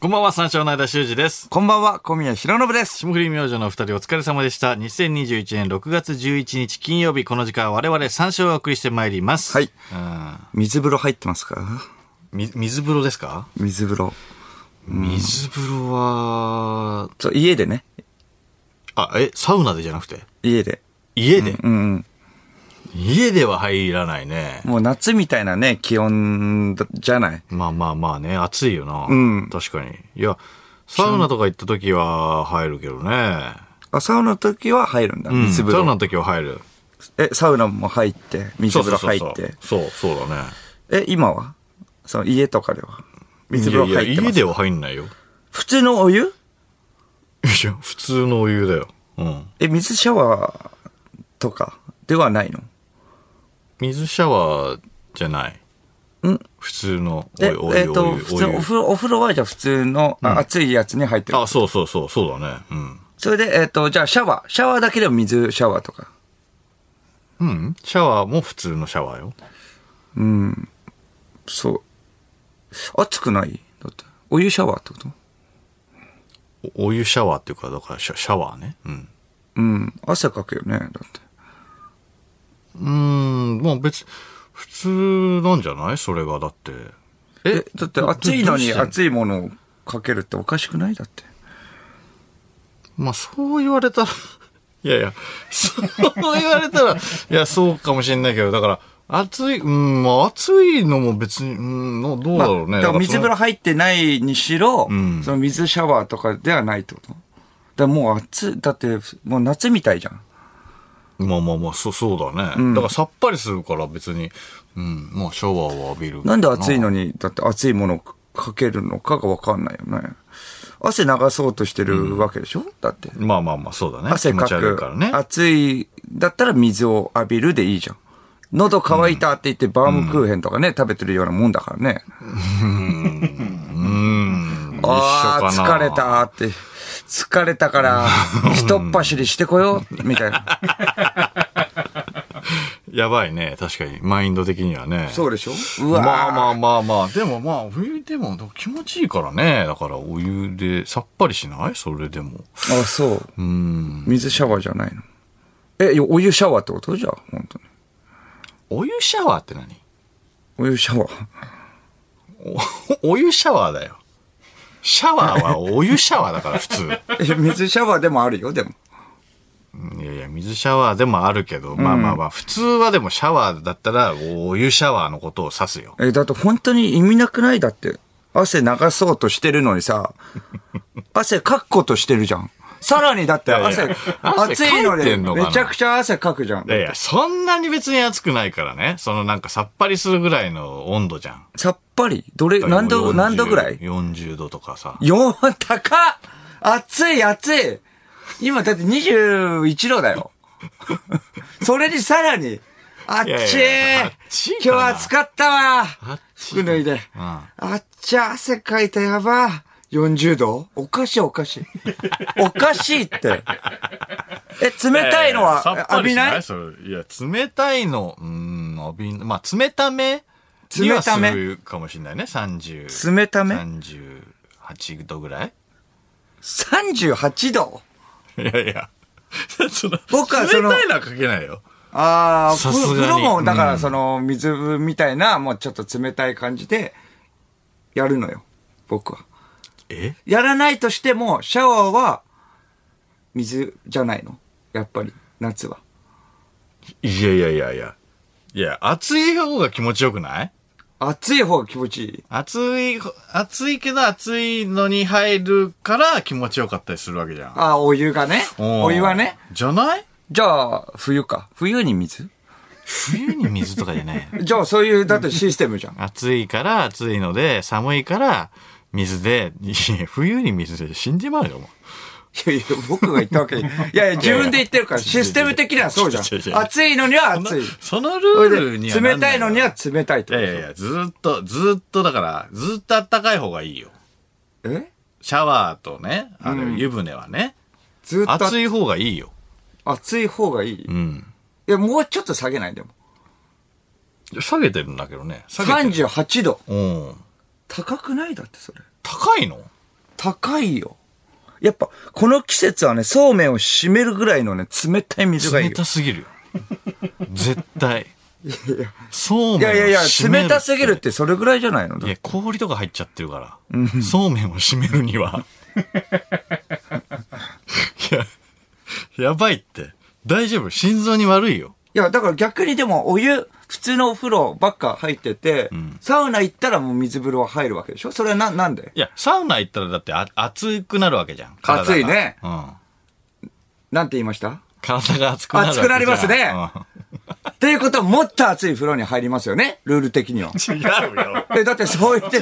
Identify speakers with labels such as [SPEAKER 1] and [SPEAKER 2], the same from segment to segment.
[SPEAKER 1] こんばんは、三照の間修二です。
[SPEAKER 2] こんばんは、小宮弘信です。
[SPEAKER 1] 霜降り明星のお二人お疲れ様でした。2021年6月11日金曜日、この時間は我々三照をお送りしてまいります。
[SPEAKER 2] はい
[SPEAKER 1] うん
[SPEAKER 2] 水風呂入ってますか
[SPEAKER 1] み水風呂ですか
[SPEAKER 2] 水風呂。
[SPEAKER 1] 水風呂は、
[SPEAKER 2] ちょ、家でね。
[SPEAKER 1] あ、え、サウナでじゃなくて
[SPEAKER 2] 家で。
[SPEAKER 1] 家で、
[SPEAKER 2] うんうん。
[SPEAKER 1] 家では入らないね。
[SPEAKER 2] もう夏みたいなね、気温だじゃない
[SPEAKER 1] まあまあまあね、暑いよな。
[SPEAKER 2] うん
[SPEAKER 1] 確かに。いや、サウナとか行った時は入るけどね。
[SPEAKER 2] あ、サウナの時は入るんだ。
[SPEAKER 1] うん
[SPEAKER 2] 水風
[SPEAKER 1] サウナ
[SPEAKER 2] 呂。
[SPEAKER 1] の時は入る。
[SPEAKER 2] え、サウナも入って、水風呂入って。
[SPEAKER 1] そうそうそうだね。
[SPEAKER 2] え、今はその家とかでは。水風呂入ってます
[SPEAKER 1] いやいや家では入んないよ。
[SPEAKER 2] 普通のお湯
[SPEAKER 1] いや、普通のお湯だよ。うん。
[SPEAKER 2] え、水シャワーとかではないの
[SPEAKER 1] 水シャワーじゃない。
[SPEAKER 2] ん
[SPEAKER 1] 普通のお
[SPEAKER 2] え、え
[SPEAKER 1] 湯、お湯、
[SPEAKER 2] っ
[SPEAKER 1] お
[SPEAKER 2] と、
[SPEAKER 1] 湯
[SPEAKER 2] 普通、お風呂、お風呂はじゃあ普通の、あ熱いやつに入ってる。
[SPEAKER 1] あ、そうそうそう、そうだね。うん。
[SPEAKER 2] それで、えっと、じゃあシャワー。シャワーだけでも水シャワーとか。
[SPEAKER 1] うん。シャワーも普通のシャワーよ。
[SPEAKER 2] そう。熱くないだって。お湯シャワーってこと
[SPEAKER 1] おお湯シャワーっていうか、だからシャシャワーね。うん。
[SPEAKER 2] うん。汗かくよね。だって。
[SPEAKER 1] うーん、まあ別、普通なんじゃないそれが、だって。
[SPEAKER 2] え、だって熱いのに
[SPEAKER 1] どどうして
[SPEAKER 2] 熱いものをかけるっておかしくないだって。
[SPEAKER 1] まあそう言われたら、 いやいや、そう言われたら、いや、そうかもしれないけど、だから、暑い、うん、まあ暑いのも別に、うん、のどうだろうね。
[SPEAKER 2] だから水風呂入ってないにしろ、
[SPEAKER 1] ん
[SPEAKER 2] その水シャワーとかではないってことだからもう暑い、だってもう夏みたいじゃん。
[SPEAKER 1] まあまあまあ、そ、そうだね。だからさっぱりするから別に、うん、まあシャワーを浴びる。
[SPEAKER 2] なんで暑い
[SPEAKER 1] の
[SPEAKER 2] のに、だって暑いものをかけるのかがわかんないよね。汗流そうとしてるわけでしょ、だって。
[SPEAKER 1] まあまあまあ、そうだね。
[SPEAKER 2] 汗か
[SPEAKER 1] 気持ち悪いから
[SPEAKER 2] く、
[SPEAKER 1] ね。
[SPEAKER 2] 暑い、だったら水を浴びるでいいじゃん。喉乾いたって言ってバームクーヘンとかね、食べてるようなもんだからね。
[SPEAKER 1] うん。一緒
[SPEAKER 2] ああ、
[SPEAKER 1] かな。
[SPEAKER 2] 疲れ。たって。疲れたから、一っ走りしてこよう、みたい な。
[SPEAKER 1] やばいね。確かに。マインド的にはね。
[SPEAKER 2] そうでしょうわー
[SPEAKER 1] まあまあまあまあ。でもまあ、お湯でも気持ちいいからね。だからお湯でさっぱりしないそれでも。
[SPEAKER 2] あ、そう。
[SPEAKER 1] うん。
[SPEAKER 2] 水シャワーじゃないの。え、お湯シャワーってことじゃあ、本当に。
[SPEAKER 1] お湯シャワーって何
[SPEAKER 2] お湯シャワー。
[SPEAKER 1] お、お湯シャワーだよ。シャワーはお湯シャワーだから普通。
[SPEAKER 2] え、水シャワーでもあるよ、でも。
[SPEAKER 1] いやいや、水シャワーでもあるけど、まあまあまあ、普通はでもシャワーだったら、お湯シャワーのことを指すよ。
[SPEAKER 2] え、だって本当に意味なくないだって。汗流そうとしてるの にさ、汗かくことしてるじゃん。さらにだって汗、
[SPEAKER 1] いやいや汗
[SPEAKER 2] 暑いの
[SPEAKER 1] かいて
[SPEAKER 2] に
[SPEAKER 1] んのかな
[SPEAKER 2] めちゃくちゃ汗かくじゃん
[SPEAKER 1] い。やいや、そんなに別に熱くないからね。そのなんかさっぱりするぐらいの温度じゃん。
[SPEAKER 2] さっぱりどれ、何度、
[SPEAKER 1] 40
[SPEAKER 2] 何度ぐらい
[SPEAKER 1] ?40 度とかさ。
[SPEAKER 2] ?4、高っ暑い暑い今だって21度だよ。 それにさらに、あっち
[SPEAKER 1] い
[SPEAKER 2] ー
[SPEAKER 1] やいやあっちい
[SPEAKER 2] 今日
[SPEAKER 1] かな
[SPEAKER 2] 暑かったわ
[SPEAKER 1] あっち
[SPEAKER 2] 服脱いで。あっちゃ汗かいたやば。40度おかしいお かしい。おかしいって。え、冷たいのは
[SPEAKER 1] やや
[SPEAKER 2] 浴びない
[SPEAKER 1] それいや、冷たいの、うーん、浴びん、まあ、冷ために
[SPEAKER 2] 冷
[SPEAKER 1] は
[SPEAKER 2] ため
[SPEAKER 1] するかもしれないね。30。
[SPEAKER 2] 冷ため
[SPEAKER 1] 38度ぐらい
[SPEAKER 2] ?38 度
[SPEAKER 1] いやいや。 その
[SPEAKER 2] 僕はその
[SPEAKER 1] 冷たいのはかけないよ。
[SPEAKER 2] ああ、
[SPEAKER 1] さすがに
[SPEAKER 2] 風呂
[SPEAKER 1] う
[SPEAKER 2] も、
[SPEAKER 1] ん
[SPEAKER 2] だからその水みたいな、もうちょっと冷たい感じで、やるのよ。僕は。
[SPEAKER 1] え
[SPEAKER 2] やらないとしても、シャワーは、水じゃないの。やっぱり、夏は。
[SPEAKER 1] いやいやいやいや。いや、暑い方が気持ちよくない
[SPEAKER 2] 暑い方が気持ちいい。
[SPEAKER 1] 暑い、暑いけど暑いのに入るから気持ちよかったりするわけじゃん。
[SPEAKER 2] ああ、お湯がね。
[SPEAKER 1] うん
[SPEAKER 2] お湯はね。。
[SPEAKER 1] じゃない
[SPEAKER 2] じゃあ、冬か。冬に水
[SPEAKER 1] 冬に水とかじゃない。
[SPEAKER 2] じゃあ、そういう、だってシステムじゃん。
[SPEAKER 1] 暑いから暑いので、寒いから水で、いや冬に水で死んじまうよ、もう。
[SPEAKER 2] いやいや、僕が言ったわけに。いやいや、自分で言ってるから、システム的にはそうじゃ。
[SPEAKER 1] 違う違う違うん
[SPEAKER 2] 暑いのには
[SPEAKER 1] その
[SPEAKER 2] 暑い。
[SPEAKER 1] その
[SPEAKER 2] そ
[SPEAKER 1] ルール
[SPEAKER 2] れ
[SPEAKER 1] に
[SPEAKER 2] で
[SPEAKER 1] はな
[SPEAKER 2] 冷
[SPEAKER 1] ん
[SPEAKER 2] たいのに
[SPEAKER 1] よ
[SPEAKER 2] は冷たいって
[SPEAKER 1] い
[SPEAKER 2] こ
[SPEAKER 1] や
[SPEAKER 2] と。
[SPEAKER 1] いやいや、ずーっと、ずーっとだから、ずーっと暖かい方がいいよ。
[SPEAKER 2] え
[SPEAKER 1] シャワーとね、あの、湯船はね、
[SPEAKER 2] ずっと
[SPEAKER 1] 暑い方がいいよ。
[SPEAKER 2] 暑い方がいい。
[SPEAKER 1] うん。
[SPEAKER 2] いや、もうちょっと下げないでも。
[SPEAKER 1] 下げてるんだけどね。下げてる。
[SPEAKER 2] 38度。
[SPEAKER 1] うん。
[SPEAKER 2] 高くないだって、それ。
[SPEAKER 1] 高いの
[SPEAKER 2] 高いよ。やっぱ、この季節はね、そうめんを締めるぐらいのね、冷たい水がいい
[SPEAKER 1] 冷
[SPEAKER 2] よ。
[SPEAKER 1] たす ぎるよ。絶対。そうめんを
[SPEAKER 2] いやいやいや
[SPEAKER 1] 締、める
[SPEAKER 2] 冷たすぎるってそれぐらいじゃないの
[SPEAKER 1] いや、氷とか入っちゃってるから。そうめんを締めるに は。いや、やばいって。大丈夫。心臓に悪いよ。
[SPEAKER 2] いや、だから逆にでもお湯、普通のお風呂ばっか入ってて、サウナ行ったらもう水風呂は入るわけでしょそれはな、なんで
[SPEAKER 1] いや、サウナ行ったらだってあ熱くなるわけじゃん。体が
[SPEAKER 2] 熱いね
[SPEAKER 1] うん。
[SPEAKER 2] なんて言いました
[SPEAKER 1] 体が熱くなるわけじゃん。
[SPEAKER 2] 熱くなりますねということはもっと熱い風呂に入りますよねルール的には。
[SPEAKER 1] うん違う よ。
[SPEAKER 2] え、だってそ う言って、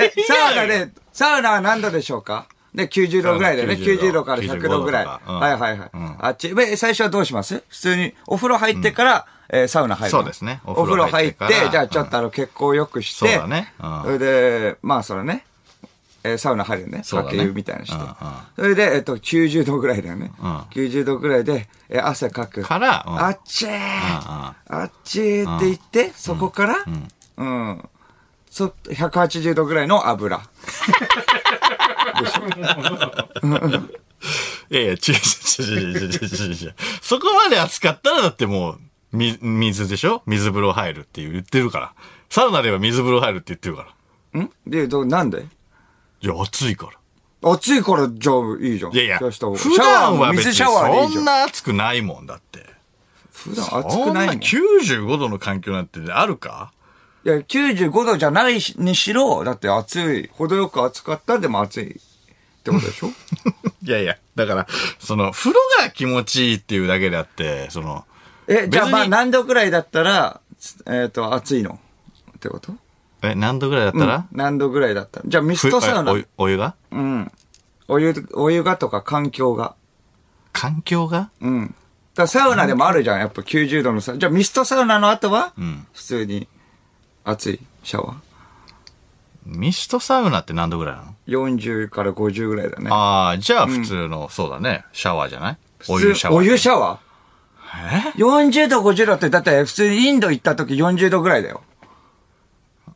[SPEAKER 2] えサウナで、サウナは何度でしょうかで、90度ぐらいだよね。
[SPEAKER 1] 90
[SPEAKER 2] 90
[SPEAKER 1] 度
[SPEAKER 2] 度から100度ぐらい。
[SPEAKER 1] 95度とかうん
[SPEAKER 2] はいはいはい。
[SPEAKER 1] うん
[SPEAKER 2] あっち、え、最初はどうします普通に、お風呂入ってから、えーサウナ入るの。
[SPEAKER 1] そうですね
[SPEAKER 2] お風呂入って、
[SPEAKER 1] お風呂入ってから
[SPEAKER 2] じゃあちょっとあの、血行を良くして、
[SPEAKER 1] そうだねうん
[SPEAKER 2] それで、まあそれね、えーサウナ入るよね。
[SPEAKER 1] そうだね
[SPEAKER 2] かけ湯みたいなして
[SPEAKER 1] うんうん。
[SPEAKER 2] それで、えっと、90度ぐらいだよね。
[SPEAKER 1] ん
[SPEAKER 2] 90度ぐらいで、えー汗かく。
[SPEAKER 1] から、うん
[SPEAKER 2] あっちー
[SPEAKER 1] ん
[SPEAKER 2] あっちーって言って、そこから、うん。そ、180度ぐらいの油。
[SPEAKER 1] いやいや、違う違う違う違う違う違う違う。そこまで熱かったらだってもう、み、水でしょ水風呂入るって言ってるから。サウナでは水風呂入るって言ってるから。
[SPEAKER 2] んで、ど、なんで
[SPEAKER 1] いや、暑いから。
[SPEAKER 2] 暑いから、じゃあ、いいじゃん。
[SPEAKER 1] いやいや、
[SPEAKER 2] じゃあした方が
[SPEAKER 1] 普段は別
[SPEAKER 2] シ
[SPEAKER 1] に
[SPEAKER 2] ャワーも水シャワーでいいじゃ
[SPEAKER 1] そ
[SPEAKER 2] ん
[SPEAKER 1] ん。な暑くないもんだって。
[SPEAKER 2] 普段暑くないもん。い
[SPEAKER 1] そんな95度の環境なんてあるか
[SPEAKER 2] や、95度じゃないしにしろ、だって暑い。程よく暑かったらでも暑い。ってことで しょ
[SPEAKER 1] いやいや、だから、その、風呂が気持ちいいっていうだけであって、その、
[SPEAKER 2] え、じゃ
[SPEAKER 1] 別
[SPEAKER 2] あ
[SPEAKER 1] に
[SPEAKER 2] まあ何度ぐらいだったら、つえっ、と、暑いのってこと
[SPEAKER 1] え、何度ぐらいだったら、
[SPEAKER 2] 何度ぐらいだったら。じゃあミ
[SPEAKER 1] ふ
[SPEAKER 2] ストサウナ
[SPEAKER 1] お。湯お湯が
[SPEAKER 2] うん。お湯、お湯がとか環境が。
[SPEAKER 1] 環境が
[SPEAKER 2] うん。だからサウナでもあるじゃん。やっぱ90度のさ。じゃあミストサウナの後は、
[SPEAKER 1] ん
[SPEAKER 2] 普通に熱いシャワー。
[SPEAKER 1] ミストサウナって何度ぐらいなの
[SPEAKER 2] 40から50ぐらいだね。
[SPEAKER 1] ああ、じゃあ普通の、そうだね、シャワーじゃないお
[SPEAKER 2] 普通
[SPEAKER 1] 湯シャワー。
[SPEAKER 2] お湯シャワ
[SPEAKER 1] え
[SPEAKER 2] ー ?40 度、50度って、だって普通にインド行った時40度ぐらいだよ。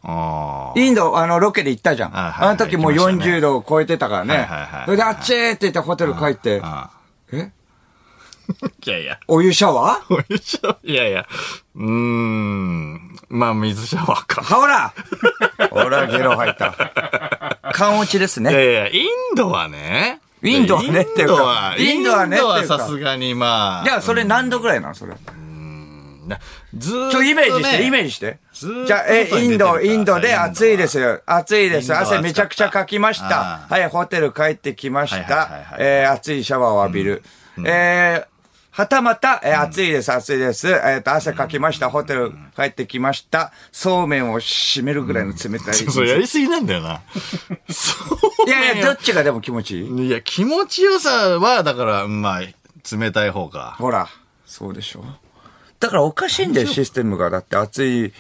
[SPEAKER 1] ああ。
[SPEAKER 2] インド、あの、ロケで行ったじゃん。
[SPEAKER 1] あ
[SPEAKER 2] あ,、
[SPEAKER 1] はい
[SPEAKER 2] の時もう
[SPEAKER 1] 行きましたね
[SPEAKER 2] 40度を超えてたからね。
[SPEAKER 1] はいはいはい
[SPEAKER 2] それで、あっちーって言ってホテル帰って、
[SPEAKER 1] あ
[SPEAKER 2] え
[SPEAKER 1] ーいやいや。
[SPEAKER 2] お湯シャワー
[SPEAKER 1] お湯シャワーいやいや。うーん。まあ、水シャワー か。
[SPEAKER 2] はおら ほら、ゲロ吐いた。 缶落ちです
[SPEAKER 1] い
[SPEAKER 2] ね。
[SPEAKER 1] やいや、インドはね。
[SPEAKER 2] インドはねって
[SPEAKER 1] イン
[SPEAKER 2] いう
[SPEAKER 1] ド
[SPEAKER 2] か
[SPEAKER 1] は、
[SPEAKER 2] インドはね
[SPEAKER 1] イ
[SPEAKER 2] っ
[SPEAKER 1] ン
[SPEAKER 2] て
[SPEAKER 1] ド
[SPEAKER 2] いうか
[SPEAKER 1] はさすがにまあ。
[SPEAKER 2] じゃあ、それ何度ぐらいなのそれ。
[SPEAKER 1] なずーっ
[SPEAKER 2] ち
[SPEAKER 1] と
[SPEAKER 2] ょ、
[SPEAKER 1] ね、
[SPEAKER 2] イメージして、イメージして
[SPEAKER 1] ずーっ。と
[SPEAKER 2] じゃあ、え、
[SPEAKER 1] 外
[SPEAKER 2] イ
[SPEAKER 1] に出てる
[SPEAKER 2] ン
[SPEAKER 1] か
[SPEAKER 2] ド、
[SPEAKER 1] ら
[SPEAKER 2] インド
[SPEAKER 1] イン
[SPEAKER 2] で
[SPEAKER 1] ドは
[SPEAKER 2] 暑いですよ。暑いで
[SPEAKER 1] インド
[SPEAKER 2] す。
[SPEAKER 1] は暑かった
[SPEAKER 2] 汗めちゃくちゃかきまし
[SPEAKER 1] あ
[SPEAKER 2] た。
[SPEAKER 1] ー
[SPEAKER 2] はい、ホテル帰ってきまし
[SPEAKER 1] はいはい
[SPEAKER 2] た
[SPEAKER 1] はいは。い
[SPEAKER 2] えー、暑いシャワーを浴びる。えー、はたまた、えー、暑いです、暑いです。えっと、汗かきました。ホテル帰ってきました。そうめんを締めるぐらいの冷たい。
[SPEAKER 1] そう、や
[SPEAKER 2] い
[SPEAKER 1] りすぎなんだよな。そう。
[SPEAKER 2] やいや、どっちがでも気持ちいい
[SPEAKER 1] いや、気持ちよさは、だから、まあ、冷たい方か。
[SPEAKER 2] ほら、そうでしょ。だからおかしいんだよ、システムが。だって暑い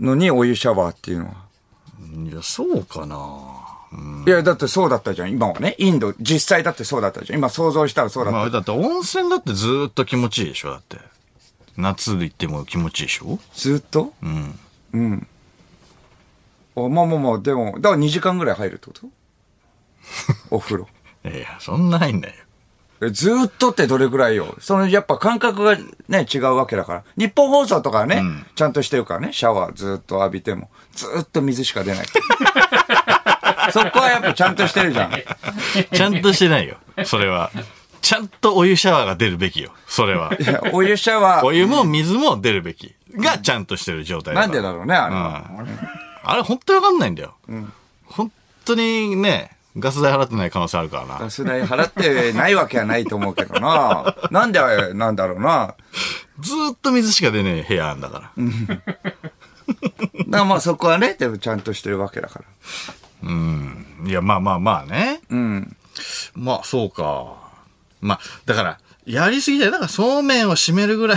[SPEAKER 2] のにお湯シャワーっていうのは。
[SPEAKER 1] いや、そうかな。
[SPEAKER 2] いや、だってそうだったじゃん、今はね。インド、実際だってそうだったじゃん。今想像したらそうだった。
[SPEAKER 1] まあ、だって温泉だってずーっと気持ちいいでしょ、だって。夏で行っても気持ちいいでしょ
[SPEAKER 2] ずっとうん。うん。あまあまあまあ、でも、だから2時間ぐらい入るって ことお風呂。
[SPEAKER 1] いやいや、そんなないんだよ。
[SPEAKER 2] えずっとってどれぐらいよ。その、やっぱ感覚がね、違うわけだから。日本放送とかはね、ちゃんとしてるからね、シャワーずっと浴びても、ずっと水しか 出ない。そこはやっぱちゃんとしてるじゃん。
[SPEAKER 1] ちゃんとしてないよ、それは。ちゃんとお湯シャワーが出るべきよ、それは。
[SPEAKER 2] お湯シャワ
[SPEAKER 1] お
[SPEAKER 2] ー、
[SPEAKER 1] 湯も水も出るべき。が、ちゃんとしてる状態
[SPEAKER 2] なん
[SPEAKER 1] だ
[SPEAKER 2] で
[SPEAKER 1] か
[SPEAKER 2] だろうね、あれ
[SPEAKER 1] ら
[SPEAKER 2] は。
[SPEAKER 1] うんあれ、本当にわかんないんだよ。本当にね、ガス代払ってない可能性あるからな。
[SPEAKER 2] ガス代払ってないわけはないと思うけどな。なんで、なんだろうな。
[SPEAKER 1] ずーっと水しか出ねえ部屋なんだから。
[SPEAKER 2] だからまあそこはね、でもちゃんとしてるわけだから。
[SPEAKER 1] いや、まあまあまあね。まあ、そうか。まあ、だから、やりすぎだよ。だから、そうめんを締めるぐらい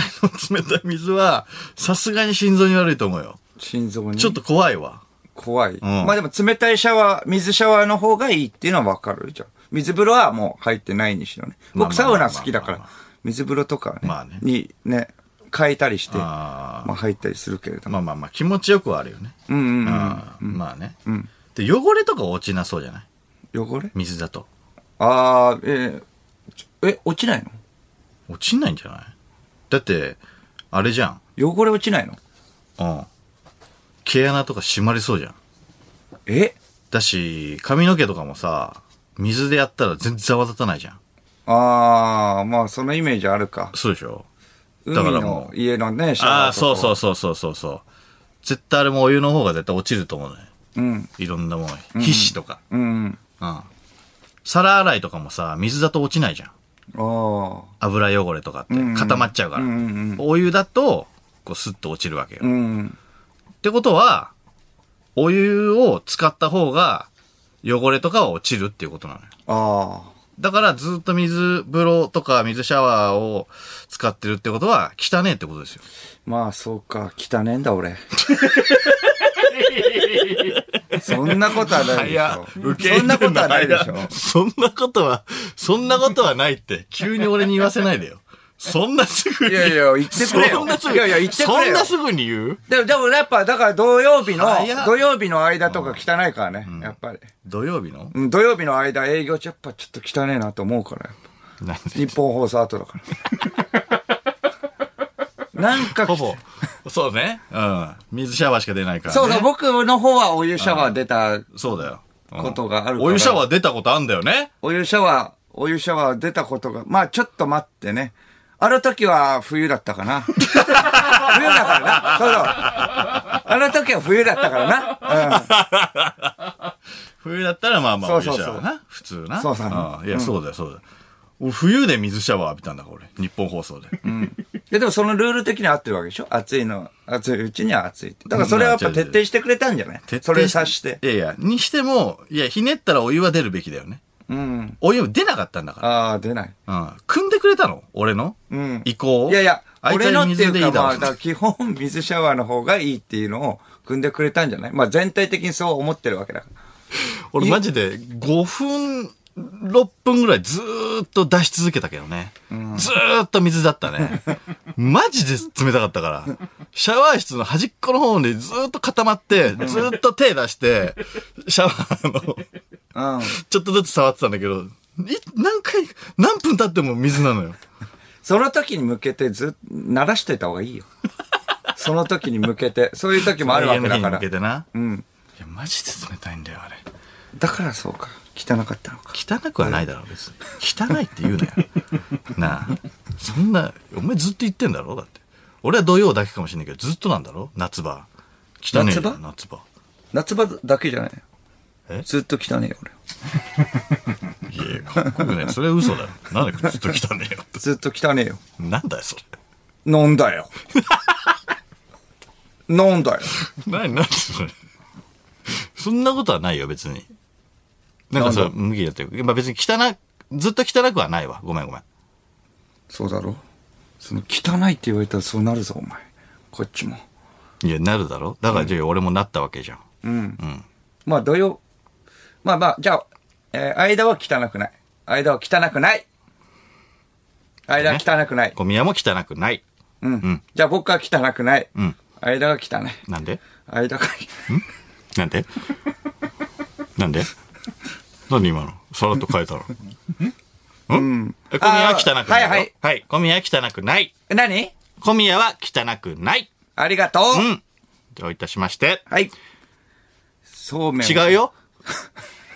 [SPEAKER 1] の冷たい水は、さすがに心臓に悪いと思うよ。
[SPEAKER 2] 心臓に。
[SPEAKER 1] ちょっと怖いわ。
[SPEAKER 2] 怖い。
[SPEAKER 1] ん
[SPEAKER 2] まあでも冷たいシャワー、水シャワーの方がいいっていうのはわかるじゃん。水風呂はもう入ってないにしろね。
[SPEAKER 1] まあまあ
[SPEAKER 2] 僕サウナ好きだ
[SPEAKER 1] ま
[SPEAKER 2] か
[SPEAKER 1] あ
[SPEAKER 2] ら、水風呂とかはね、
[SPEAKER 1] まあね
[SPEAKER 2] にね、変えたりして、
[SPEAKER 1] あ
[SPEAKER 2] まあ入ったりするけれども。
[SPEAKER 1] まあまあまあ、気持ちよくはあるよね。
[SPEAKER 2] うんうんうん。
[SPEAKER 1] あーまあね。で、汚れとか落ちなそうじゃない
[SPEAKER 2] 汚れ
[SPEAKER 1] 水だと。
[SPEAKER 2] ああ、えーちょえ、落ちない
[SPEAKER 1] 落ちないんじゃないだって、あれじゃん。
[SPEAKER 2] の汚れ落ちないの
[SPEAKER 1] うん。毛穴とか締まりそうじゃん。
[SPEAKER 2] え
[SPEAKER 1] だし、髪の毛とかもさ、水でやったら全然泡立たないじゃん。
[SPEAKER 2] ああ、まあそのイメージあるか。
[SPEAKER 1] そうでしょ
[SPEAKER 2] 海
[SPEAKER 1] だからも
[SPEAKER 2] の
[SPEAKER 1] う
[SPEAKER 2] 家のね、シャワー。
[SPEAKER 1] ああ、そうそううそうそうそうそう。絶対あれもお湯の方が絶対落ちると思うね。
[SPEAKER 2] うん、
[SPEAKER 1] いろんなものに。皮脂とか。
[SPEAKER 2] うん。
[SPEAKER 1] うん。皿洗いとかもさ、水だと落ちないじゃん。
[SPEAKER 2] ああ、
[SPEAKER 1] 油汚れとかって
[SPEAKER 2] うん
[SPEAKER 1] 固まっちゃうから。
[SPEAKER 2] うんうん
[SPEAKER 1] お湯だと、こうスッと落ちるわけよ。
[SPEAKER 2] う
[SPEAKER 1] っ
[SPEAKER 2] ん。
[SPEAKER 1] てことは、お湯を使った方が汚れとかは落ちるっていうことなのよ。
[SPEAKER 2] あ
[SPEAKER 1] だからずっと水風呂とか水シャワーを使ってるってことは汚ねえってことですよ。
[SPEAKER 2] あ、まあそうか、汚ねえんだ 俺。そんなことはないでしょ。そんなことはないでしょ。
[SPEAKER 1] そんなことは、そんなことはないって急に俺に言わせないでよ。そんなすぐに。
[SPEAKER 2] いやいや言ってくれよ
[SPEAKER 1] そんなすぐ
[SPEAKER 2] いやいや言ってくれよ
[SPEAKER 1] そんなすぐに言う
[SPEAKER 2] でも、でもやっぱ、だから土曜日の
[SPEAKER 1] 早っ、
[SPEAKER 2] 土曜日の間とか汚いからね、やっぱり。
[SPEAKER 1] 土曜日の
[SPEAKER 2] うん土曜日の間営業中やっぱちょっと汚いなと思うから、やっぱ
[SPEAKER 1] なんで
[SPEAKER 2] 日本放送後だから。なんか、
[SPEAKER 1] ほぼ。そうね。うん。水シャワーしか出ないから、ね。
[SPEAKER 2] そうそう、僕の方はお湯シャワー出た、
[SPEAKER 1] そうだよ。うん
[SPEAKER 2] ことがあるから
[SPEAKER 1] お湯シャワー出たことあんだよね。
[SPEAKER 2] お湯シャワー、お湯シャワー出たことが、まあちょっと待ってね。あの時は冬だったかな。冬だからな。そうそう。あの時は冬だったからな。うん。
[SPEAKER 1] 冬だったらまあまあ
[SPEAKER 2] そ
[SPEAKER 1] お
[SPEAKER 2] う
[SPEAKER 1] 湯シャ
[SPEAKER 2] そうそう
[SPEAKER 1] ワーな。普通な。
[SPEAKER 2] そうそうそう
[SPEAKER 1] うんいや、そうだよ、そうだよ。俺冬で水シャワー浴びたんだから、俺。日本放送で。
[SPEAKER 2] ででもそのルール的には合ってるわけでしょ暑いの、暑いうちには暑いって。だからそれはやっぱ徹底してくれたんじゃない
[SPEAKER 1] 徹底
[SPEAKER 2] それ察して。。
[SPEAKER 1] いやいや、にしても、いや、ひねったらお湯は出るべきだよね。
[SPEAKER 2] うん。
[SPEAKER 1] お湯出なかったんだか
[SPEAKER 2] ああ、出ない。
[SPEAKER 1] ら。うん。組んでくれたの俺の
[SPEAKER 2] うん
[SPEAKER 1] 意向を
[SPEAKER 2] いやいや、
[SPEAKER 1] あいつ
[SPEAKER 2] 俺の
[SPEAKER 1] は
[SPEAKER 2] って
[SPEAKER 1] 水で
[SPEAKER 2] い
[SPEAKER 1] いういだ
[SPEAKER 2] か、まあ、
[SPEAKER 1] ろ
[SPEAKER 2] だから基本水シャワーの方がいいっていうのを組んでくれたんじゃないまあ全体的にそう思ってるわけだから。
[SPEAKER 1] 俺マジで5分、6分ぐらいずーっと出し続けたけどね。ずーっと水だった ね。マジで冷たかったから。シャワー室の端っこの方でずーっと固まって、ずーっと手出して、シャワーの、
[SPEAKER 2] うん。
[SPEAKER 1] ちょっとずつ触ってたんだけど、い何回、何分経っても水なのよ。
[SPEAKER 2] その時に向けてずっと慣らしてた方がいいよ。 その時に向けて。そういう時もあるわけだ
[SPEAKER 1] 家
[SPEAKER 2] か
[SPEAKER 1] の日に向け。
[SPEAKER 2] ら
[SPEAKER 1] てな。
[SPEAKER 2] うん。
[SPEAKER 1] いや、マジで冷たいんだよ、あれ。
[SPEAKER 2] だからそうか。汚かったのか。
[SPEAKER 1] 汚くはないだろう別に汚いって言うなよ なあそんなお前ずっと言ってんだろだって俺は土曜だけかもしれないけどずっとなんだろ夏場汚ねえよ
[SPEAKER 2] 夏場
[SPEAKER 1] 夏場
[SPEAKER 2] 夏場だけじゃない
[SPEAKER 1] え
[SPEAKER 2] よ。ずっと汚ねえよ、俺。
[SPEAKER 1] いやいやかっこよくないそれは嘘だよなんでずっと汚ねえよって
[SPEAKER 2] ずっと汚ねえよ。
[SPEAKER 1] なんだよそれ
[SPEAKER 2] 飲んだよ。 飲んだよ。
[SPEAKER 1] 何何それそんなことはないよ別になんかそれ
[SPEAKER 2] なん
[SPEAKER 1] 無理だってるまあ別に汚ずっと汚くはないわごめんごめん
[SPEAKER 2] そうだろその汚いって言われたらそうなるぞ、お前。こっちも。
[SPEAKER 1] いやなるだろだからじゃあ俺もなったわけじゃん
[SPEAKER 2] うん。
[SPEAKER 1] うん
[SPEAKER 2] まあ、土曜。まあまあ、じゃあ、えー間は汚くない。間は汚くない。間は汚くない。
[SPEAKER 1] 小宮も汚くない
[SPEAKER 2] うん。じゃあ僕は汚くない。
[SPEAKER 1] ん
[SPEAKER 2] 間が汚い。
[SPEAKER 1] なんで
[SPEAKER 2] 間が、
[SPEAKER 1] なんでなんでなんで今のさらっと変えたのうんえ小宮は汚くないよ。
[SPEAKER 2] あーはいはい
[SPEAKER 1] はい。小宮は汚くない。
[SPEAKER 2] 何
[SPEAKER 1] 小宮は汚くない。
[SPEAKER 2] ありがとう。
[SPEAKER 1] うん。どういたしまして。
[SPEAKER 2] はい。そうめん。
[SPEAKER 1] 違う。よ。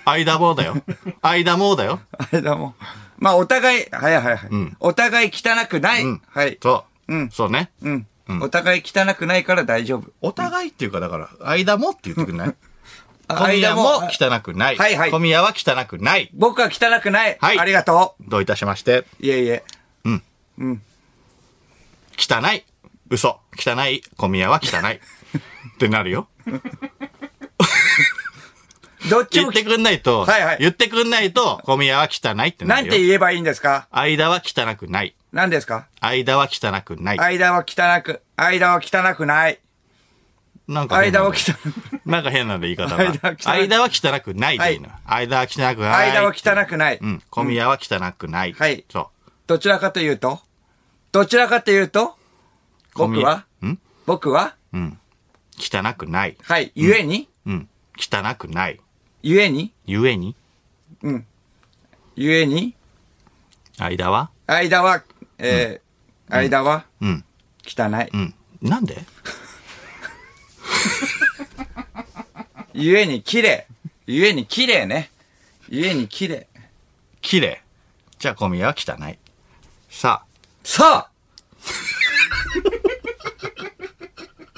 [SPEAKER 1] 間もだよ。間もだよ。
[SPEAKER 2] 間も。まあ、お互い、はいはいはい。お互い汚くない。
[SPEAKER 1] うん。
[SPEAKER 2] はい。
[SPEAKER 1] そう。
[SPEAKER 2] うん
[SPEAKER 1] そうね。
[SPEAKER 2] うん。お互い汚くないから大丈夫。
[SPEAKER 1] お互いっていうか、だから、間もって言ってくんない
[SPEAKER 2] あ
[SPEAKER 1] 小宮も
[SPEAKER 2] あ
[SPEAKER 1] 汚くない。
[SPEAKER 2] はいはい
[SPEAKER 1] 小宮は汚くない。
[SPEAKER 2] 僕は汚くない。
[SPEAKER 1] はい
[SPEAKER 2] ありがと
[SPEAKER 1] どういたしまして。
[SPEAKER 2] う。いえいえ。
[SPEAKER 1] 汚い。嘘。汚い。小宮は汚い。ってなるよ。
[SPEAKER 2] どっち
[SPEAKER 1] 言
[SPEAKER 2] も
[SPEAKER 1] ってくんないと、
[SPEAKER 2] はいはい
[SPEAKER 1] 言ってくんないと、小宮は汚いってな
[SPEAKER 2] なん
[SPEAKER 1] るよ。
[SPEAKER 2] て言えばいいんですか
[SPEAKER 1] 間は汚くない。
[SPEAKER 2] 何ですか
[SPEAKER 1] 間は汚くない。
[SPEAKER 2] 間は汚く、間は汚くない。
[SPEAKER 1] なんか変な
[SPEAKER 2] 間
[SPEAKER 1] の
[SPEAKER 2] は汚く、
[SPEAKER 1] なんか変なんで言い方が
[SPEAKER 2] 間は汚。い
[SPEAKER 1] 間は汚くないでいいのよ。間は汚くない。
[SPEAKER 2] 間は汚くない。
[SPEAKER 1] うん。小宮は汚くない。
[SPEAKER 2] はい
[SPEAKER 1] そ
[SPEAKER 2] どちらかというとどちらかというと
[SPEAKER 1] ゴ
[SPEAKER 2] 僕
[SPEAKER 1] ミ
[SPEAKER 2] は
[SPEAKER 1] ん
[SPEAKER 2] 僕は
[SPEAKER 1] う。うん。汚くない。
[SPEAKER 2] はい、ゆえに、
[SPEAKER 1] うん。汚くない。
[SPEAKER 2] ゆえに、
[SPEAKER 1] ゆえに
[SPEAKER 2] うん。ゆえに、
[SPEAKER 1] 間は
[SPEAKER 2] 間は、えー間は、
[SPEAKER 1] うん。
[SPEAKER 2] 汚い。
[SPEAKER 1] うん。なんで
[SPEAKER 2] ゆえに綺麗。ゆえに綺麗ね。ゆえに綺麗。
[SPEAKER 1] 綺麗。じゃあ小宮は汚い。さ
[SPEAKER 2] さあ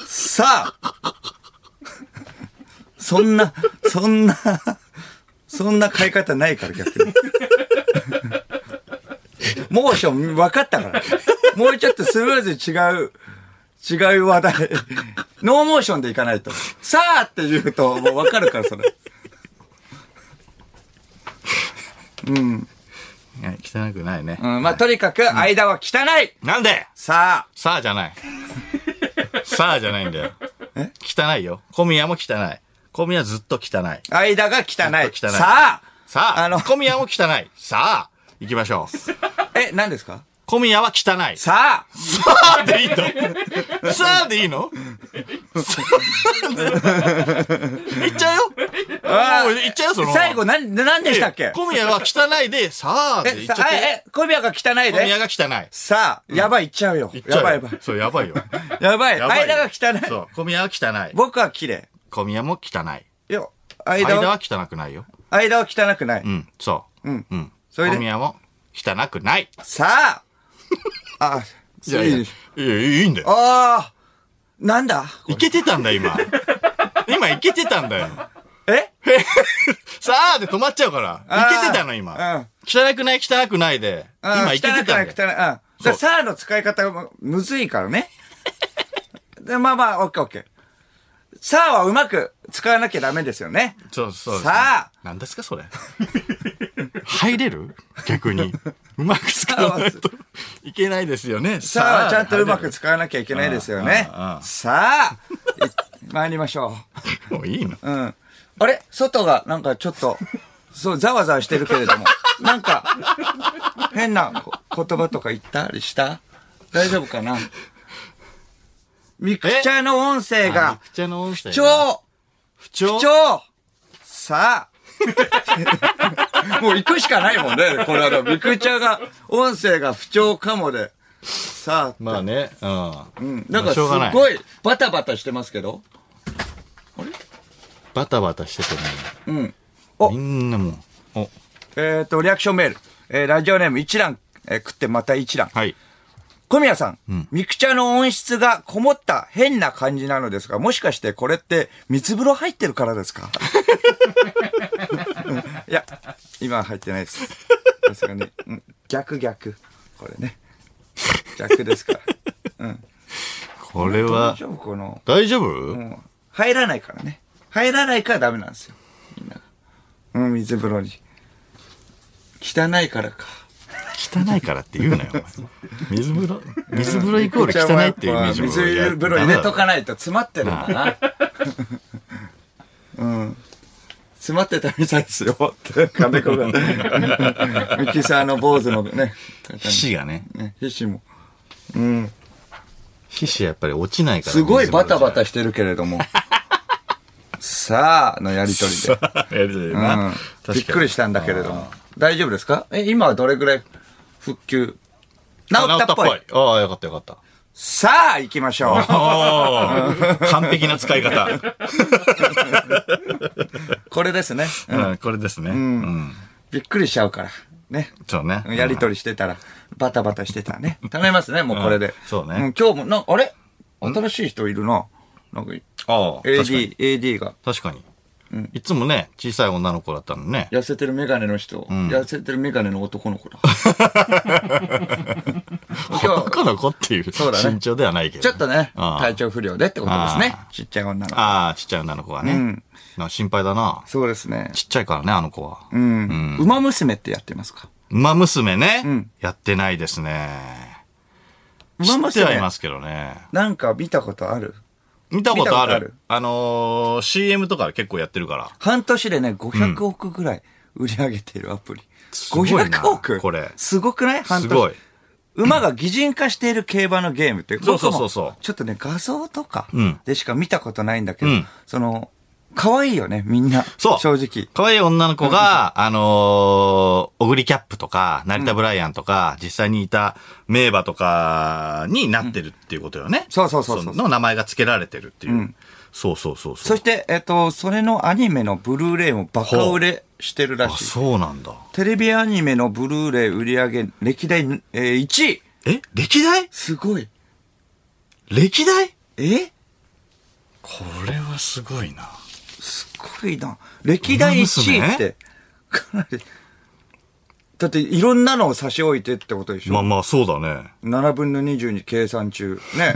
[SPEAKER 2] さあそんな、そんな、そんな変え方ないから逆に。モーション分かったから。もうちょっとスムーズに違う、違う話題。ノーモーションでいかないと。さあって言うともう分かるからそれ。
[SPEAKER 1] あ。いや汚くないね。
[SPEAKER 2] うん、まあとにかく間は汚い
[SPEAKER 1] なんで
[SPEAKER 2] さあ
[SPEAKER 1] さあじゃない。さあじゃないんだよ。汚いよ。小宮も汚い。小宮ずっと汚い。
[SPEAKER 2] 間が汚い。
[SPEAKER 1] 汚い
[SPEAKER 2] さあ
[SPEAKER 1] さあ、
[SPEAKER 2] あの
[SPEAKER 1] 小宮も汚い。さあ、行きましょう。
[SPEAKER 2] え、何ですか
[SPEAKER 1] 小宮は汚い。さ
[SPEAKER 2] さあ
[SPEAKER 1] あでいいのさあでいいのさあで行っちゃうよ
[SPEAKER 2] あ
[SPEAKER 1] も
[SPEAKER 2] ー
[SPEAKER 1] う行っちゃうよ、そのまま。
[SPEAKER 2] 最後、なん、何でしたっけ
[SPEAKER 1] 小宮は汚いで、さあで
[SPEAKER 2] え、
[SPEAKER 1] 行
[SPEAKER 2] さ
[SPEAKER 1] っちゃっ
[SPEAKER 2] あ、
[SPEAKER 1] て。
[SPEAKER 2] え、小宮が汚い
[SPEAKER 1] 小宮
[SPEAKER 2] で。
[SPEAKER 1] が汚い。
[SPEAKER 2] さあ、やばい、行っちゃうよ。
[SPEAKER 1] 行っちゃう
[SPEAKER 2] や
[SPEAKER 1] よ
[SPEAKER 2] ばい、やばい。
[SPEAKER 1] そう、やばいよ。
[SPEAKER 2] やばい、
[SPEAKER 1] やばいよ
[SPEAKER 2] 間が汚い。
[SPEAKER 1] そう、小宮は汚い。
[SPEAKER 2] 僕は綺麗。
[SPEAKER 1] 小宮も汚い。
[SPEAKER 2] いや、間
[SPEAKER 1] 間
[SPEAKER 2] は、
[SPEAKER 1] は汚くないよ。
[SPEAKER 2] 間は汚くない。
[SPEAKER 1] うん、そう。うん。うん。
[SPEAKER 2] それで
[SPEAKER 1] 小宮も汚くない。
[SPEAKER 2] さああ、
[SPEAKER 1] い
[SPEAKER 2] い
[SPEAKER 1] やいや、い
[SPEAKER 2] い。
[SPEAKER 1] やいいんだよ。
[SPEAKER 2] ああ、なんだ
[SPEAKER 1] いけてたんだ、 今。今、いけてたんだよ。
[SPEAKER 2] え
[SPEAKER 1] さあで止まっちゃうから。い
[SPEAKER 2] あー
[SPEAKER 1] けてたの、今。
[SPEAKER 2] うん。
[SPEAKER 1] 汚くない、汚くないで。
[SPEAKER 2] あ
[SPEAKER 1] 今、
[SPEAKER 2] ー
[SPEAKER 1] いけてた
[SPEAKER 2] 汚
[SPEAKER 1] ん
[SPEAKER 2] く
[SPEAKER 1] だ
[SPEAKER 2] ない、汚
[SPEAKER 1] よ
[SPEAKER 2] い。。うん。だからさあの使い方がむずいからね。で、まあまあ、オッケーオッケー。さあはうまく使わなきゃダメですよね。
[SPEAKER 1] そうそうですね。
[SPEAKER 2] さあ
[SPEAKER 1] 何ですか、それ。入れる逆に。うまく使わ ないといけないですよね。
[SPEAKER 2] さあ、ちゃんとうまく
[SPEAKER 1] 使
[SPEAKER 2] 使わなきゃいけないですよね
[SPEAKER 1] うんうんう。ん
[SPEAKER 2] さあ、い参りましょ
[SPEAKER 1] う。もういいの。
[SPEAKER 2] う。うん。あれ外がなんかちょっと、そう、ざわざわしてるけれ ども、なんか、変なこ言葉とか言ったりした大丈夫かなミクチャの音声
[SPEAKER 1] あ
[SPEAKER 2] が、
[SPEAKER 1] ミクチャの音声が。
[SPEAKER 2] 不調
[SPEAKER 1] 不調
[SPEAKER 2] 不調さあ もう行くしかないもんね。これは、ミクチャが、音声が不調かもで。さあ、
[SPEAKER 1] まあね、うん。
[SPEAKER 2] うんなんか
[SPEAKER 1] し
[SPEAKER 2] す
[SPEAKER 1] ょうがない
[SPEAKER 2] ごいバタバタしてますけど。
[SPEAKER 1] バタバタしててね。
[SPEAKER 2] うん。お
[SPEAKER 1] みんなもう。お、
[SPEAKER 2] えっ、と、リアクションメール。えーラジオネーム一覧、えー食ってまた一覧。
[SPEAKER 1] はい。
[SPEAKER 2] 小宮さん、ミクチャの音質がこもった変な感じなのですが、もしかしてこれって水風呂入ってるからです かいや、今は入ってないです。さすがに。うん逆逆。これね。逆ですから。
[SPEAKER 1] これ
[SPEAKER 2] 大
[SPEAKER 1] は、
[SPEAKER 2] 丈夫この、
[SPEAKER 1] 大丈夫、
[SPEAKER 2] もう入らないからね。入らないからダメなんですよ。みんな。うん、水風呂に。汚いからか。
[SPEAKER 1] 汚いからって言うなよ、お前 水風呂、水風呂イコール汚いっていうイメージも
[SPEAKER 2] 水風呂入れとかないと詰まってるんだな。うん。詰まってたみたいですよって、金子が。ミキサーの坊主のね、
[SPEAKER 1] 皮脂がね。
[SPEAKER 2] ね、皮脂も。
[SPEAKER 1] 皮脂やっぱり落ちないから。
[SPEAKER 2] すごいバタバ
[SPEAKER 1] タ
[SPEAKER 2] タしてるけれども。さあ、のやりとりで。
[SPEAKER 1] やるで
[SPEAKER 2] う。
[SPEAKER 1] なん
[SPEAKER 2] びっくりしたんだけれども。大丈夫ですかえ、今はどれぐらい復旧治
[SPEAKER 1] あー。
[SPEAKER 2] ったっぽい。
[SPEAKER 1] 治ったっぽい。ああ、よかったよかった。
[SPEAKER 2] さあ、行きましょう。
[SPEAKER 1] ああ、完璧な使い方。
[SPEAKER 2] これですね。うん
[SPEAKER 1] うん、これですね。うん。
[SPEAKER 2] びっくりしちゃうから。ね。
[SPEAKER 1] そうね。
[SPEAKER 2] やりとりしてたら、バタバタしてたね。頼みますね、もうこれで。
[SPEAKER 1] うんそうね
[SPEAKER 2] ん今日も、なんか、あれ新しい人いるな。なんか、
[SPEAKER 1] ああ、確かに。
[SPEAKER 2] AD、AD が。
[SPEAKER 1] 確かに。いつもね、小さい女の子だったのね。
[SPEAKER 2] 痩せてるメガネの人、痩せてるメガネの男の子 だ。今日 は
[SPEAKER 1] 男の子っていう
[SPEAKER 2] そうだね
[SPEAKER 1] 身長ではないけど。
[SPEAKER 2] ちょっとね、
[SPEAKER 1] ああ
[SPEAKER 2] 体調不良でってことですね
[SPEAKER 1] あ。
[SPEAKER 2] ちっちゃい女の子。
[SPEAKER 1] ああ、ちっちゃい女の子はね。
[SPEAKER 2] ん
[SPEAKER 1] な心配だな。
[SPEAKER 2] そうですね。
[SPEAKER 1] ちっちゃいからね、あの子は。
[SPEAKER 2] うん。馬娘ってやってますか
[SPEAKER 1] 馬娘ね、
[SPEAKER 2] ん
[SPEAKER 1] やってないですね。
[SPEAKER 2] 馬
[SPEAKER 1] 知ってはい
[SPEAKER 2] 娘
[SPEAKER 1] ま。すけどね。
[SPEAKER 2] なんか見たことある
[SPEAKER 1] 見たことある。
[SPEAKER 2] 見たこと
[SPEAKER 1] あ
[SPEAKER 2] ある
[SPEAKER 1] のー、CM とか結構やってるから。
[SPEAKER 2] 半年でね、500億ぐらい売り上げているアプリ。
[SPEAKER 1] すごいな
[SPEAKER 2] 500億
[SPEAKER 1] これ
[SPEAKER 2] すごくない半年。
[SPEAKER 1] すごい。
[SPEAKER 2] 馬が擬人化している競馬のゲームって、
[SPEAKER 1] そうそう
[SPEAKER 2] 僕も
[SPEAKER 1] そうそう
[SPEAKER 2] ちょっとね、画像とか
[SPEAKER 1] うん
[SPEAKER 2] でしか見たことないんだけど、
[SPEAKER 1] うん
[SPEAKER 2] その、可愛いよね、みんな。
[SPEAKER 1] そう。
[SPEAKER 2] 正直。
[SPEAKER 1] 可愛い女の子が、あのー、小栗キャップとか、成田ブライアンとか、実際にいた名馬とかになってるっていうことよね。
[SPEAKER 2] そうそうそうそう
[SPEAKER 1] の名前が付けられてるっていう。そうそうそうそ。
[SPEAKER 2] そうして、えっと、それのアニメのブルーレイもバカ売れしてるら
[SPEAKER 1] あ、
[SPEAKER 2] しい。
[SPEAKER 1] そうなんだ。
[SPEAKER 2] テレビアニメのブルーレイ売り上げ歴代、えー1位
[SPEAKER 1] え歴代
[SPEAKER 2] すごい。
[SPEAKER 1] 歴代
[SPEAKER 2] え
[SPEAKER 1] これはすごいな。
[SPEAKER 2] すごいな。歴代1位っ
[SPEAKER 1] ウマ娘
[SPEAKER 2] て、かなり。だって、いろんなのを差し置いてってことでしょ。
[SPEAKER 1] まあまあ、そうだね。
[SPEAKER 2] 7分の22計算中。 ね。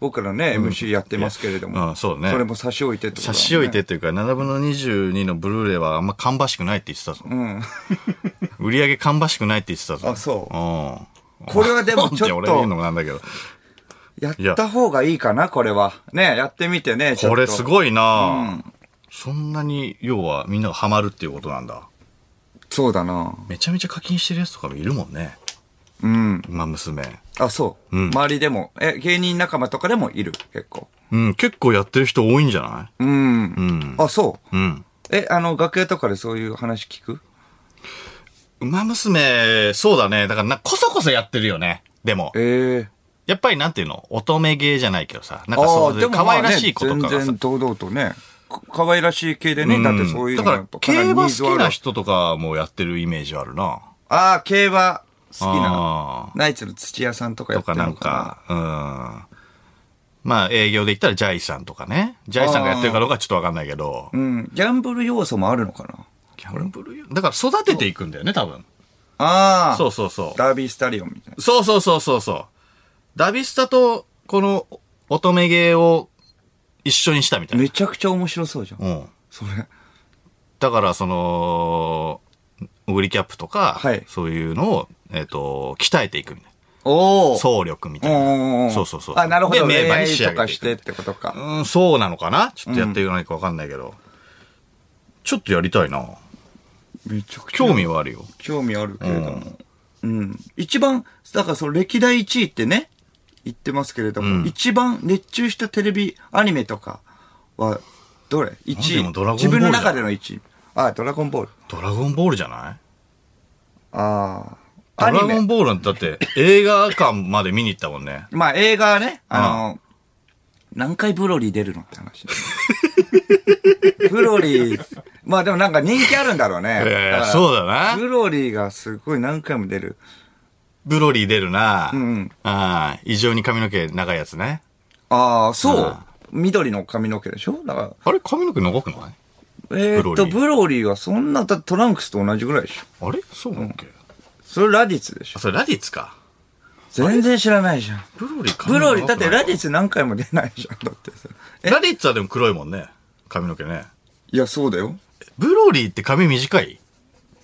[SPEAKER 2] 僕らね、MC やってますけれども。
[SPEAKER 1] いやうんそうね
[SPEAKER 2] それも差し置いてってことだも
[SPEAKER 1] 差
[SPEAKER 2] んね
[SPEAKER 1] し置いてっていうか、7分の22のブルーレイはあんま芳しくないって言ってたぞ。 売り上げ芳しくないって言ってたぞ。。
[SPEAKER 2] あそう
[SPEAKER 1] うん。
[SPEAKER 2] これはでもちょっと
[SPEAKER 1] 俺が言うのも なんだけど。
[SPEAKER 2] やった方がいいかな、これは。ね、やってみてね。ちょっと
[SPEAKER 1] これすごいな、そんなに、要はみんながハマるっていうことなんだ。
[SPEAKER 2] そうだな。
[SPEAKER 1] めちゃめちゃ課金してるやつとかもいるもんね。
[SPEAKER 2] うん。
[SPEAKER 1] 今娘。
[SPEAKER 2] あ、そう。周りでも、え、芸人仲間とかでもいる、結構。
[SPEAKER 1] うん、結構やってる人多いんじゃな
[SPEAKER 2] うん。
[SPEAKER 1] ん
[SPEAKER 2] あ、そう。
[SPEAKER 1] いうん。
[SPEAKER 2] え、あの、楽屋とかでそういう話聞く
[SPEAKER 1] 馬娘、そうだね。だからな、こそこそやってるよね。でも、
[SPEAKER 2] ええ
[SPEAKER 1] やっぱりなんていうの乙女芸じゃないけどさ。なんかそういう可愛らしい子とか
[SPEAKER 2] 全
[SPEAKER 1] がさ
[SPEAKER 2] 然。堂々とね。か可愛らしい系でね。だってそういう
[SPEAKER 1] だ
[SPEAKER 2] の
[SPEAKER 1] か
[SPEAKER 2] がや
[SPEAKER 1] ら
[SPEAKER 2] っぱ、かな
[SPEAKER 1] 競
[SPEAKER 2] りニ
[SPEAKER 1] 馬
[SPEAKER 2] ーズは
[SPEAKER 1] 好
[SPEAKER 2] あ
[SPEAKER 1] き
[SPEAKER 2] る
[SPEAKER 1] な人とかもやってるイメージあるな。
[SPEAKER 2] ああ、競馬好きな。
[SPEAKER 1] あー
[SPEAKER 2] ナイツの土屋さんとか
[SPEAKER 1] と
[SPEAKER 2] やって
[SPEAKER 1] か
[SPEAKER 2] る
[SPEAKER 1] な
[SPEAKER 2] のか
[SPEAKER 1] ん
[SPEAKER 2] な。
[SPEAKER 1] か、うん。まあ営業で言ったらジャイさんとかね。ジャイさんがやってるかどうかちょっとわかんないけど。
[SPEAKER 2] うん。ギャンブル要素もあるのかな。
[SPEAKER 1] ギャンブルよだから育てていくんだよね、多分。
[SPEAKER 2] ああ。
[SPEAKER 1] そうそうそう。
[SPEAKER 2] ダービースタリオンみたいな。
[SPEAKER 1] そうそうそうそうそう。ダビスタと、この、乙女芸を一緒にしたみたいな。
[SPEAKER 2] めちゃくちゃ面白そうじゃん。
[SPEAKER 1] うん。
[SPEAKER 2] それ。
[SPEAKER 1] だから、その、オグリキャップとか、
[SPEAKER 2] はい
[SPEAKER 1] そういうのを、えっ、と、鍛えていくみたい
[SPEAKER 2] お
[SPEAKER 1] な。
[SPEAKER 2] お。
[SPEAKER 1] 総力みたい
[SPEAKER 2] うんん
[SPEAKER 1] な。
[SPEAKER 2] んん
[SPEAKER 1] そうそうそう。
[SPEAKER 2] あ、なるほど。
[SPEAKER 1] で、名
[SPEAKER 2] 恋
[SPEAKER 1] 馬に
[SPEAKER 2] 愛
[SPEAKER 1] 仕上
[SPEAKER 2] と
[SPEAKER 1] げ
[SPEAKER 2] か
[SPEAKER 1] てい
[SPEAKER 2] し
[SPEAKER 1] く
[SPEAKER 2] てってことか。
[SPEAKER 1] うん、そうなのかなちょっとやっていかないかわかんないけど、ちょっとやりたいな。
[SPEAKER 2] めちゃくちゃ。
[SPEAKER 1] 興味はあるよ。
[SPEAKER 2] 興味あるけれども。うん。一番、だからその歴代1位ってね、言ってますけれども、一番熱中したテレビアニメとかは、どれ
[SPEAKER 1] で
[SPEAKER 2] ?1
[SPEAKER 1] も
[SPEAKER 2] 位
[SPEAKER 1] ドラゴンボールじゃ
[SPEAKER 2] 自
[SPEAKER 1] ん
[SPEAKER 2] 分の中での1位。あ、ドラゴンボール。
[SPEAKER 1] ドラゴンボールじゃない
[SPEAKER 2] ああ。
[SPEAKER 1] ド
[SPEAKER 2] アニ
[SPEAKER 1] ラゴ
[SPEAKER 2] メ
[SPEAKER 1] ン。ボールなんてだって映画館まで見に行ったもんね。
[SPEAKER 2] まあ映画はね、あの、何回ブロリー出るのって話。 ブロリー、まあでもなんか人気あるんだろうね。
[SPEAKER 1] ええ
[SPEAKER 2] から
[SPEAKER 1] そうだな
[SPEAKER 2] ブロリーがすごい何回も出る。
[SPEAKER 1] ブロリー出るな。うん
[SPEAKER 2] うん
[SPEAKER 1] ああ、異常に髪の毛長いやつね。。
[SPEAKER 2] ああ、そううん緑の髪の毛でしょだから、
[SPEAKER 1] あれ髪の毛長くない
[SPEAKER 2] えーっと、
[SPEAKER 1] ブ
[SPEAKER 2] ブロリーはそんな、だトランクスと同じぐらいでしょ
[SPEAKER 1] あれそうなんっけ、
[SPEAKER 2] それラディッツでし
[SPEAKER 1] あ、
[SPEAKER 2] ょ
[SPEAKER 1] それラディッツか。
[SPEAKER 2] 全然知らないじゃん。
[SPEAKER 1] ブロリー髪
[SPEAKER 2] ブ
[SPEAKER 1] の毛
[SPEAKER 2] ロリー、
[SPEAKER 1] 長
[SPEAKER 2] だっ
[SPEAKER 1] くな
[SPEAKER 2] て
[SPEAKER 1] い
[SPEAKER 2] ラディッツ何回も出ないじゃん。だってさ。え、
[SPEAKER 1] ラディッツはでも黒いもんね。髪の毛ね。
[SPEAKER 2] いや、そうだよ。
[SPEAKER 1] ブロリーって髪短 い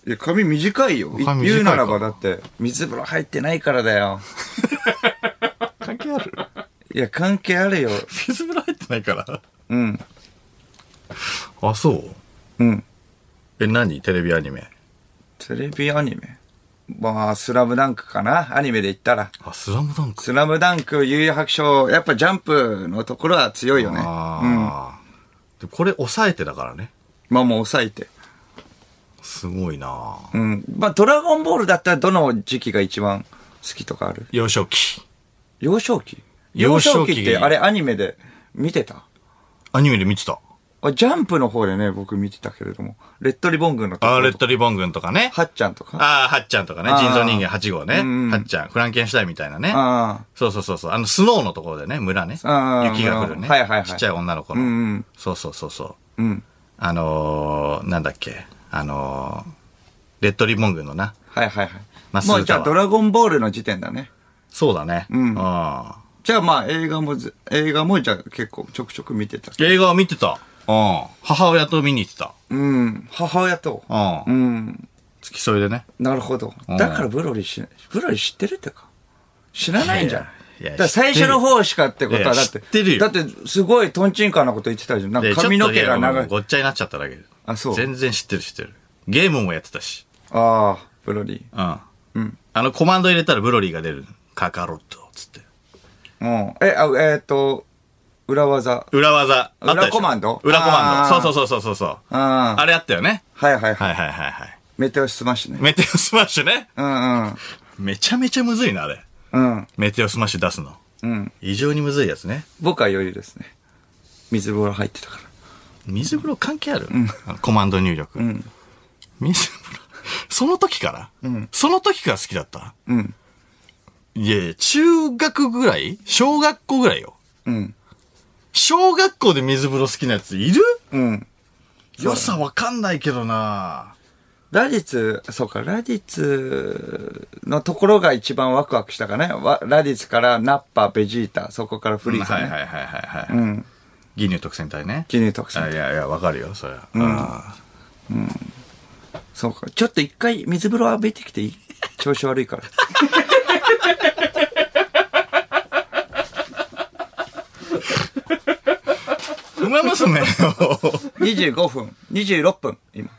[SPEAKER 2] いや、髪短いよ。
[SPEAKER 1] 髪短いか
[SPEAKER 2] 言うならばだって、水風呂入ってないからだよ。
[SPEAKER 1] 関係ある
[SPEAKER 2] いや、関係あるよ。
[SPEAKER 1] 水風呂入ってないから。
[SPEAKER 2] うん。
[SPEAKER 1] あ、そう
[SPEAKER 2] うん。
[SPEAKER 1] え、何テレビアニメ。
[SPEAKER 2] テレビアニメ。まあ、スラムダンクかな。アニメで言ったら。
[SPEAKER 1] あ、スラムダンク。
[SPEAKER 2] スラムダンク、悠々白書、やっぱジャンプのところは強いよね。うん。
[SPEAKER 1] ああ、でこれ抑えてだからね。
[SPEAKER 2] まあもう抑えて。
[SPEAKER 1] すごいな
[SPEAKER 2] うん。まあ、ドラゴンボールだったらどの時期が一番好きとかある
[SPEAKER 1] 幼少期。
[SPEAKER 2] 幼少期
[SPEAKER 1] 幼
[SPEAKER 2] 幼
[SPEAKER 1] 少
[SPEAKER 2] 少
[SPEAKER 1] 期
[SPEAKER 2] 期ってあれアニメで見てた
[SPEAKER 1] アニメで見てた。
[SPEAKER 2] あジャンプの方でね、僕見てたけれども。レッドリボン軍のところ
[SPEAKER 1] あ
[SPEAKER 2] と
[SPEAKER 1] ーレッドリボン軍とかね。
[SPEAKER 2] はっちゃんとか。
[SPEAKER 1] ああ、はっちゃんとかね。
[SPEAKER 2] あー
[SPEAKER 1] 人造人間8号ね。
[SPEAKER 2] うん
[SPEAKER 1] はっちゃん、フランケンシュタインみたいなね。
[SPEAKER 2] あ
[SPEAKER 1] そうそうそうそう。あの、スノーのところでね、村ね。雪
[SPEAKER 2] あー
[SPEAKER 1] が降るね。
[SPEAKER 2] はいはいはい
[SPEAKER 1] ちっちゃい女の子の。
[SPEAKER 2] うんうん
[SPEAKER 1] そうそうそうそう。
[SPEAKER 2] あ。うん。
[SPEAKER 1] あのー、なんだっけ。あのー、レッドリボン軍のな。
[SPEAKER 2] はいはいはい。
[SPEAKER 1] まあ
[SPEAKER 2] も
[SPEAKER 1] スー
[SPEAKER 2] うじ
[SPEAKER 1] ダは
[SPEAKER 2] ゃあドラゴンボールの時点だね。
[SPEAKER 1] そうだね。
[SPEAKER 2] ん
[SPEAKER 1] あ
[SPEAKER 2] じゃあまあ映画もず、映画もじゃあ結構ちょくちょく見てた。
[SPEAKER 1] ー映画は見てた。うん。母親と見に行ってた。
[SPEAKER 2] うん。母親と。
[SPEAKER 1] う。
[SPEAKER 2] うんん。
[SPEAKER 1] 付き添いでね。
[SPEAKER 2] なるほど。
[SPEAKER 1] うん
[SPEAKER 2] だからブロリーし、ブロリー知ってるってか。知らないんじゃん。
[SPEAKER 1] いやいや
[SPEAKER 2] だから最初の方しかってこ
[SPEAKER 1] い
[SPEAKER 2] とは、
[SPEAKER 1] や
[SPEAKER 2] だ
[SPEAKER 1] いや
[SPEAKER 2] って。
[SPEAKER 1] 知ってるよ
[SPEAKER 2] だって、すごいトンチンカンなこと言ってたじゃん。なん
[SPEAKER 1] で
[SPEAKER 2] か髪の毛が長
[SPEAKER 1] ちょっとねもう
[SPEAKER 2] い。
[SPEAKER 1] ごっちゃになっちゃっただけで。
[SPEAKER 2] あそう
[SPEAKER 1] 全然知ってる知ってる。ゲームもやってたし。
[SPEAKER 2] ああ、ブロリ
[SPEAKER 1] うん。
[SPEAKER 2] ー。うん。
[SPEAKER 1] あの、コマンド入れたらブロリーが出る。カカロット、つって。
[SPEAKER 2] うん。え、あ、えっ、と、裏技。
[SPEAKER 1] 裏技。あったでしょ
[SPEAKER 2] 裏コマンド
[SPEAKER 1] 裏コマン
[SPEAKER 2] あ
[SPEAKER 1] ド。
[SPEAKER 2] ー
[SPEAKER 1] そうそうそうそうそう。
[SPEAKER 2] うん。
[SPEAKER 1] あ
[SPEAKER 2] はい
[SPEAKER 1] れあったよね。
[SPEAKER 2] はいはい。
[SPEAKER 1] はいはいはいはい。
[SPEAKER 2] メテオスマッシュね。
[SPEAKER 1] メテオスマッシュね。
[SPEAKER 2] うんうん。
[SPEAKER 1] めちゃめちゃむずいな、あれ。
[SPEAKER 2] うん。
[SPEAKER 1] メテオスマッシュ出すの。
[SPEAKER 2] うん。
[SPEAKER 1] 異常にむずいやつね。
[SPEAKER 2] 僕は余裕ですね。水風呂入ってたから。
[SPEAKER 1] 水風呂関係ある、あのコマンド入力。水風呂。 その時から、その時から好きだった
[SPEAKER 2] うん。
[SPEAKER 1] いやいや、中学ぐらい小学校ぐらいよ。
[SPEAKER 2] うん。
[SPEAKER 1] 小学校で水風呂好きなやついる
[SPEAKER 2] うん。
[SPEAKER 1] 良さわかんないけどな
[SPEAKER 2] ラディッツ、そうか、ラディッツのところが一番ワクワクしたかね。わラディッツからナッパ、ベジータ、そこからフリーザ
[SPEAKER 1] はい
[SPEAKER 2] ね。
[SPEAKER 1] はいはいはいはい。
[SPEAKER 2] うん。
[SPEAKER 1] 牛乳特選隊ね。
[SPEAKER 2] 牛乳特選
[SPEAKER 1] あいやいや、わかるよ、それは。あ
[SPEAKER 2] そうか。ちょっと一回水風呂浴びてきていい調子悪 いから。
[SPEAKER 1] ー馬 娘よ。
[SPEAKER 2] 25分、26分、今。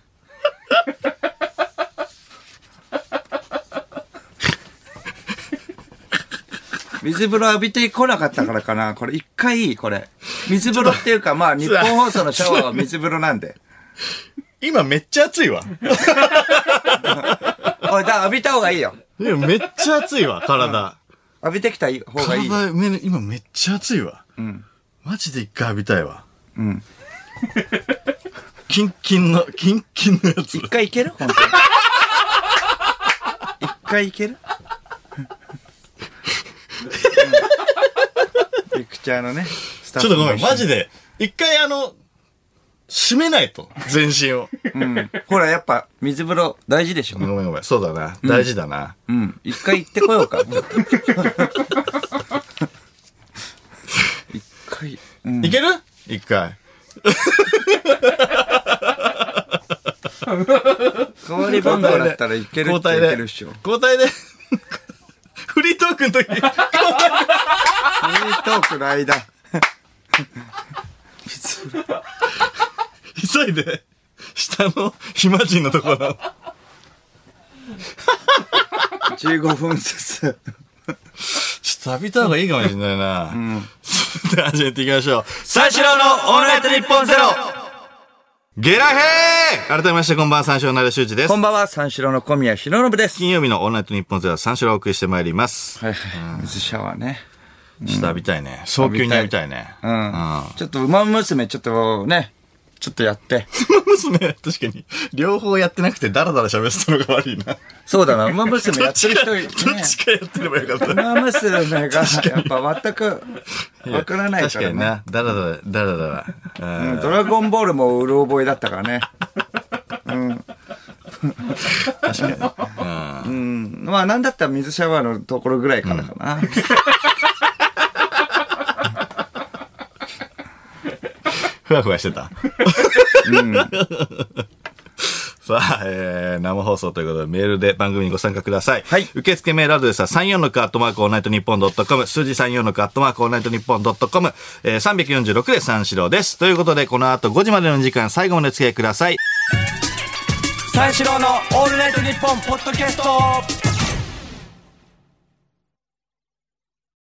[SPEAKER 2] 水風呂浴びてこなかったからかな。これ一回いい、これ。水風呂っていうか、まあ、日本放送のシャワーは水風呂なんで。
[SPEAKER 1] 今めっちゃ暑いわ。
[SPEAKER 2] おい、だ、浴びた方がいいよ。
[SPEAKER 1] いや、めっちゃ暑いわ、体。
[SPEAKER 2] 浴びてきた方がいい。
[SPEAKER 1] 体埋める、今めっちゃ暑いわ。
[SPEAKER 2] ん
[SPEAKER 1] マジで一回浴びたいわ。
[SPEAKER 2] うん。
[SPEAKER 1] キンキンの、キンキンのやつ。
[SPEAKER 2] 一回いける本当に。一回いけるうんピクチャーのね、スタ
[SPEAKER 1] ちょっとごめん、
[SPEAKER 2] 一緒に
[SPEAKER 1] マジで。一回あの、締めないと、全身 を。
[SPEAKER 2] うん。ほら、やっぱ、水風呂大事でしょ
[SPEAKER 1] ご。めんごめん、そうだな。大事だな。
[SPEAKER 2] うん。一回行ってこようか。一回。うん。
[SPEAKER 1] いける一回。
[SPEAKER 2] 代わり番号だったらいけるっ
[SPEAKER 1] 交
[SPEAKER 2] て
[SPEAKER 1] 代
[SPEAKER 2] いけ
[SPEAKER 1] で
[SPEAKER 2] るっしょ。フ。
[SPEAKER 1] 交代で。 フリートークの時、
[SPEAKER 2] リートークの間。
[SPEAKER 1] 急いで、下の暇人のところ。
[SPEAKER 2] 15分ずつ。
[SPEAKER 1] ちょっと浴びた方がいいかもしれないな。 うん。それでは始めていきましょう。三四郎のオールナイトニッポンゼロゲラヘー改めましてこんばんは、三四郎の間修二です
[SPEAKER 2] こ。んばんは、三四郎の小宮浩信です。
[SPEAKER 1] 金曜日のオールナイトニッポンゼロは三四郎をお送りしてまいります。
[SPEAKER 2] はいはい。水シャワーね。
[SPEAKER 1] ちょっと浴びたいね。早急に浴びたいね。
[SPEAKER 2] う
[SPEAKER 1] うん
[SPEAKER 2] ん。ちょっと、馬娘、ちょっとね、ちょっとやって。
[SPEAKER 1] 娘、確かに、両方やってなくてダラダラ喋ってたのが悪いな。
[SPEAKER 2] そうだな、 馬娘やってる人
[SPEAKER 1] ど
[SPEAKER 2] い、ね
[SPEAKER 1] っ。ちかやってればよかった。
[SPEAKER 2] 馬娘が、やっぱ全く、 わからないから
[SPEAKER 1] 確かに
[SPEAKER 2] ね。
[SPEAKER 1] な。ダラダラ、ダラダラ。うん
[SPEAKER 2] うんドラゴンボールもうる覚えだったからね。うん。確かに。うん。まあ、なんだったら水シャワーのところぐらいからかな。
[SPEAKER 1] ふわふわしてた。さあ、えー、生放送ということでメールで番組にご参加ください。
[SPEAKER 2] はい
[SPEAKER 1] 受付メールアドレスは34のカットマークオールナイトニッポンドットコム、数字34のカットマークオールナイトニッポンドットコム、えー、346で三四郎です。ということで、この後5時までの時間、最後までお付き合いください。
[SPEAKER 2] 三四郎のオールナイトニッポンポッドキャスト